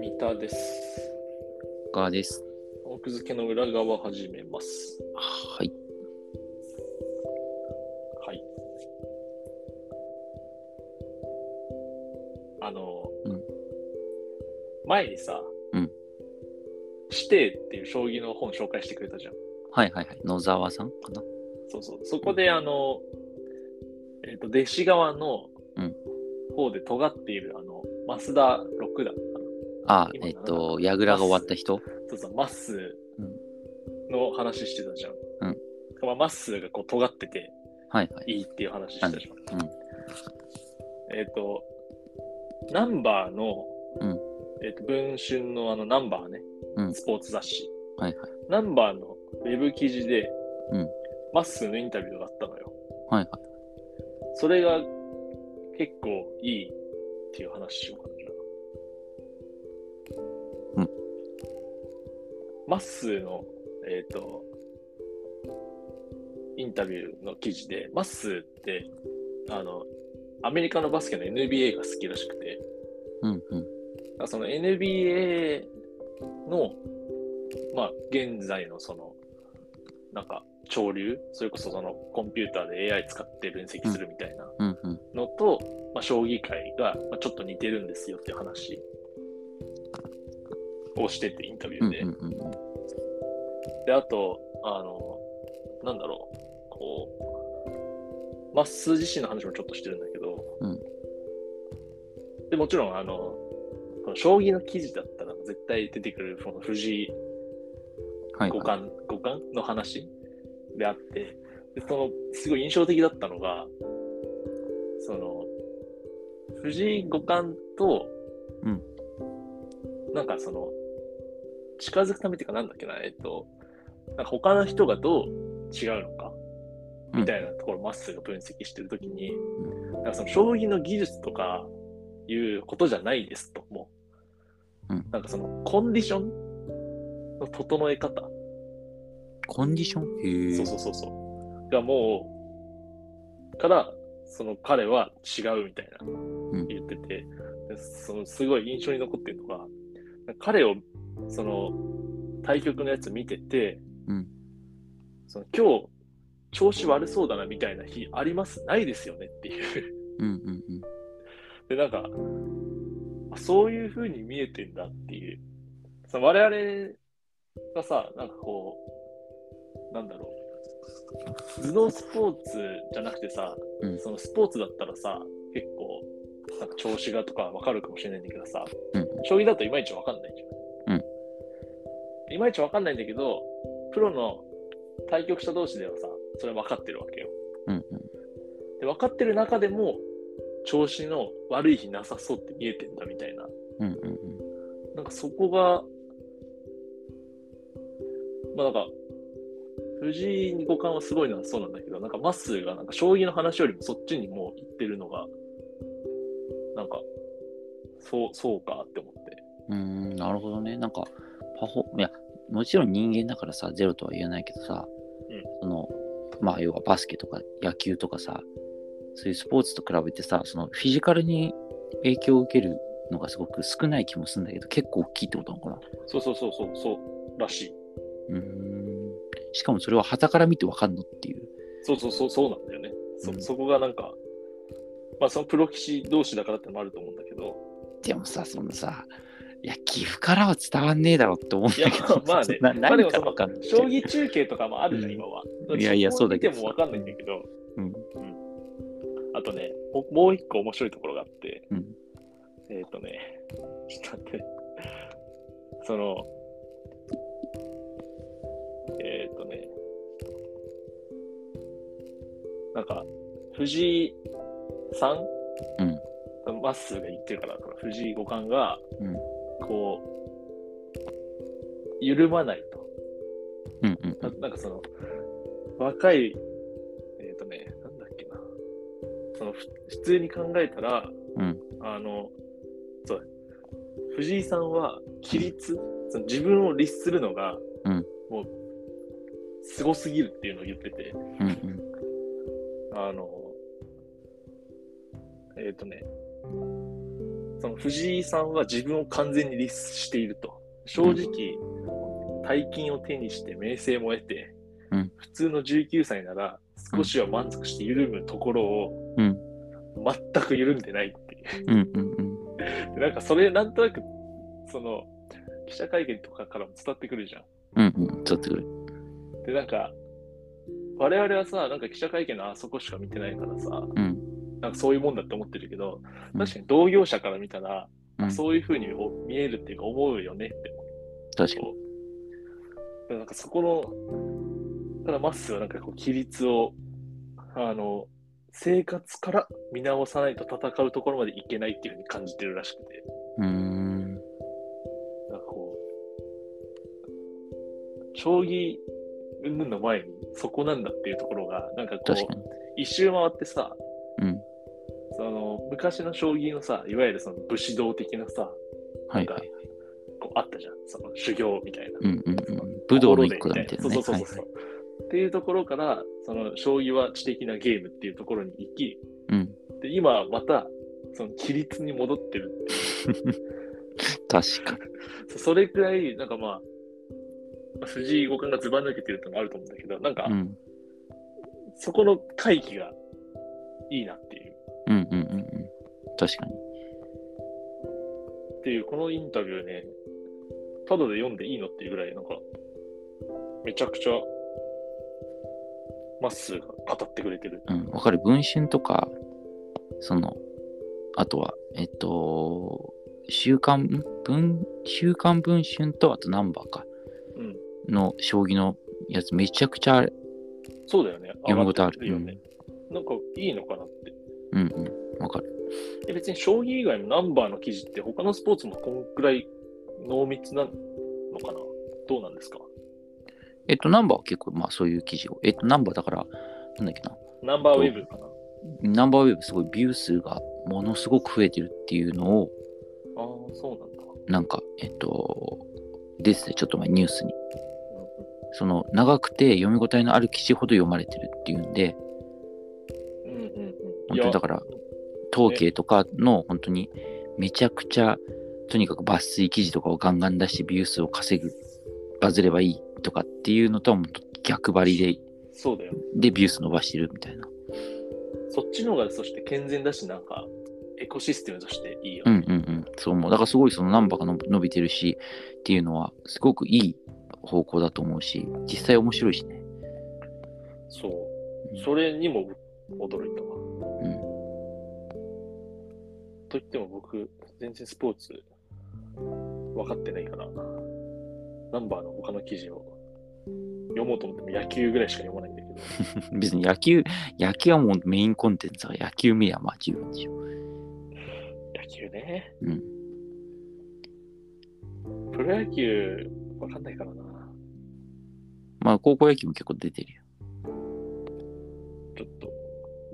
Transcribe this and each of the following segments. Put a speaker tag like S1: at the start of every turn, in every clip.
S1: 三田です。
S2: 川です。
S1: 奥付けの裏側始めます。
S2: はい。
S1: はい。あの、
S2: うん
S1: 前にさ、
S2: うん
S1: 指定っていう将棋の本紹介してくれたじゃん。
S2: はいはいはい。野沢さんかな
S1: そうそう。そこで、あの、えっ、と、弟子側の
S2: うん
S1: 方で尖っている、あの、増田六段かな。
S2: あ
S1: 今
S2: えっと、矢倉が終わった人
S1: そうそう、まっすーの話してたじゃん。
S2: うん
S1: まあ、まっすーがこう尖ってて
S2: はいはい。
S1: いいっていう話してたじゃん。
S2: うん
S1: えっ、と、ナンバーの、
S2: うん
S1: えっ、と、文春のあのナンバーね、
S2: うん
S1: スポーツ雑誌。
S2: はいはい。
S1: ナンバーのウェブ記事で、
S2: うん
S1: まっすーのインタビューがあったのよ。
S2: はいはい。
S1: それが結構いいっていう話しようかな。
S2: うん。
S1: まっすーの、えっ、と、インタビューの記事で、まっすーって、あの、アメリカのバスケの NBA が好きらしくて、
S2: うんうん。
S1: だからその NBA の、まあ、現在のその、なんか、潮流、それこそそのコンピューターで AI 使って分析するみたいな
S2: うんうん。
S1: のと、まあ、将棋界がまあちょっと似てるんですよっていう話をしてて、インタビュ
S2: う
S1: ー
S2: ん
S1: で。
S2: うんうんうん。
S1: で、あと、あの、なんだろう、こう、まっすー自身の話もちょっとしてるんだけど、
S2: うん
S1: でもちろん、あの、この将棋の記事だったら絶対出てくるこの藤井
S2: はい
S1: 五
S2: はい。
S1: 冠、五冠の話であって、でその、すごい印象的だったのが、その、藤井五冠と、
S2: うん
S1: なんかその、近づくためっていうか、なんだっけな、えっと、なんか他の人がどう違うのか、みたいなところをまっすーが分析してるときに、なんかその将棋の技術とかいうことじゃないですと、もう。
S2: うん
S1: なんかその、コンディションの整え方
S2: コンディションへえ。
S1: そうそうそうそう。がもう、から、その彼は違うみたいな、
S2: ん
S1: 言ってて、でそのすごい印象に残ってるのが、彼を、その、対局のやつ見てて、
S2: うん
S1: その今日、調子悪そうだなみたいな日ありますないですよねっていう。
S2: うんうんうん。
S1: で、なんか、あそういう風に見えてんだっていう。その我々がさ、なんかこう、なんだろう、頭脳スポーツじゃなくてさ、
S2: うん
S1: そのスポーツだったらさ、結構、なんか調子がとかわかるかもしれないんだけどさ、
S2: うん
S1: 将棋だといまいちわかんないじゃん。いまいちわかんないんだけど、プロの対局者同士ではさ、それは分かってるわけよ。
S2: うん
S1: で分かってる中でも、調子の悪い日なさそうって見えてんだみたいな。
S2: うんうんうん
S1: なんかそこが、まあなんか、藤井五冠はすごいのはそうなんだけど、なんかまっすーがなんか将棋の話よりもそっちにもう行ってるのが、なんか、そう、そうかって思って。
S2: うん。うーん、なるほどね。なんか、パフォ、いや、もちろん人間だからさ、ゼロとは言えないけどさ、
S1: うん
S2: その、まあ、要はバスケとか野球とかさ、そういうスポーツと比べてさ、そのフィジカルに影響を受けるのがすごく少ない気もするんだけど、結構大きいってことなのかな
S1: そうそうそうそう、そうらしい。
S2: うーんしかもそれは旗から見てわかんのっていう。
S1: そうそうそう、そうなんだよね。そ、
S2: うん
S1: そこがなんか、まあそのプロ棋士同士だからってのもあると思うんだけど、
S2: でもさ、そのさ、いや、岐阜からは伝わんねえだろって思うんだけ
S1: いや
S2: ど、
S1: まあね
S2: な
S1: まあでも
S2: 何かわかんない。
S1: 将棋中継とかもあるじゃん、
S2: うん
S1: 今は。
S2: いやいや
S1: こを見て
S2: そうだけどさ
S1: もわかんないんだけど、
S2: うん、
S1: あとね、ももう一個面白いところがあって、
S2: うん
S1: えっ、とね、 ちょっと待って、その、えっ、とね、なんか、藤井さん、
S2: うん
S1: まっすーが言ってるから、この藤井五冠が、
S2: うん
S1: こう、緩まないと。
S2: うんうん
S1: ななんかその、若い、えっ、とね、なんだっけな。その、ふ普通に考えたら、
S2: うん
S1: あの、そうだ藤井さんは、規律、その自分を律するのが、
S2: うん
S1: もう、すごすぎるっていうのを言ってて、
S2: うんうん
S1: あの、えっ、とね、その藤井さんは自分を完全に律していると。正直、大金を手にして名声も得て、
S2: うん
S1: 普通の19歳なら少しは満足して緩むところを、
S2: うん
S1: 全く緩んでないっていう。
S2: うんうんうん。
S1: でなんかそれ、なんとなく、その、記者会見とかからも伝わってくるじゃん。
S2: うんうん。ちょっとくる。
S1: で、なんか、我々はさ、なんか記者会見のあそこしか見てないからさ、
S2: うん。
S1: なんかそういうもんだって思ってるけど、
S2: うん
S1: 確かに同業者から見たら、
S2: うん
S1: そういうふうに見えるっていうか思うよねって
S2: 確かに。
S1: でなんかそこの、ただまっすーはなんかこう、規律を、あの、生活から見直さないと戦うところまでいけないっていうふうに感じてるらしくて、
S2: うーん。
S1: なんかこう、将棋云々の前にそこなんだっていうところが、なんかこ
S2: 確
S1: う
S2: か、に。
S1: 一周回ってさ、
S2: うん。
S1: その昔の将棋のさ、いわゆるその武士道的なさ、
S2: はいはい。
S1: こうあったじゃん、その修行みたいな。
S2: うんうんうん。武道の一個だみたいなね。
S1: そうそうそ
S2: はいうは
S1: そう。っ
S2: い。
S1: ていうところから、その将棋は知的なゲームっていうところに行き、
S2: うん。
S1: で今またその規律に戻ってるって
S2: 確かに。
S1: いう。そそれくらい、なんかまあ、まあ藤井五冠がずば抜けてるってのもあると思うんだけど、なんか、
S2: うん。
S1: そこの回帰がいいなっていう、
S2: うんうんうんうん。確かに。
S1: っていう、このインタビューね、ただで読んでいいのっていうぐらい、なんか、めちゃくちゃ、まっすーが語ってくれてる。
S2: うん。わかる。文春とか、その、あとは、えっと、週刊、ん文、週刊文春と、あとナンバーか、
S1: うん。
S2: の将棋のやつ、めちゃくちゃあれ
S1: そうだよね。
S2: 読むことある。
S1: 上がってよね。なんか、いいのかなって。
S2: うんうん。わかる。
S1: え別に将棋以外もナンバーの記事って他のスポーツもこんくらい濃密なのかなどうなんですか
S2: えっと、ナンバーは結構、まあそういう記事を。えっと、ナンバーだから、なんだっけな。
S1: ナンバーウェブかな
S2: ナンバーウェブすごいビュー数がものすごく増えてるっていうのを、
S1: ああ、そうなんだ。
S2: なんか、えっと、ですね、ちょっと前ニュースに。
S1: うん
S2: その、長くて読み応えのある記事ほど読まれてるっていうんで、
S1: うんうんうん。
S2: 本当にだから統計とかの本当にめちゃくちゃ、とにかく抜粋記事とかをガンガン出してビュー数を稼ぐ、バズればいいとかっていうのとはもう逆張りで、
S1: そうだよ。
S2: でビュー数伸ばしてるみたいな。
S1: そっちの方がそして健全だし、なんかエコシステムとしていいよ
S2: う
S1: ね。
S2: んうんうん。そう思う。だからすごいそのナンバーがの伸びてるしっていうのは、すごくいい方向だと思うし、実際面白いしね。
S1: そう。それにも驚いたわ。
S2: うん
S1: と言っても僕、全然スポーツ分かってないから、ナンバーの他の記事を読もうと思っても野球ぐらいしか読まないんだけど、
S2: 別に野球、野球はもうメインコンテンツだから野球見りゃまあ十分でしょ。
S1: 野球ね。
S2: うん。
S1: プロ野球分かんないからな。
S2: まあ高校野球も結構出てるよ。
S1: ちょっと。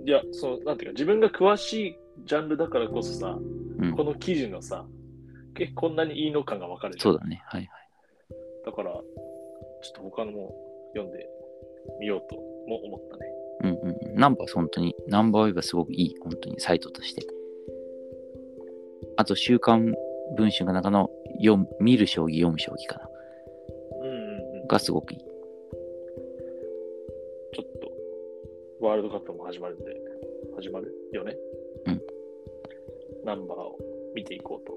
S1: いや、その、なんていうか、自分が詳しいジャンルだからこそさ、
S2: うん
S1: この記事のさ、えこんなにいいの感が分かるじゃん
S2: そうだね。はいはい。
S1: だから、ちょっと他のも読んでみようとも思ったね。
S2: うんうんうん。ナンバーは本当に、ナンバーウェブはすごくいい、本当にサイトとして。あと、週刊文春が中の読む、見る将棋、読む将棋かな。
S1: うんうんうん。
S2: がすごくいい。
S1: ちょっと、ワールドカップも始まるんで、始まるよね。
S2: うん。
S1: ナンバーを見ていこうと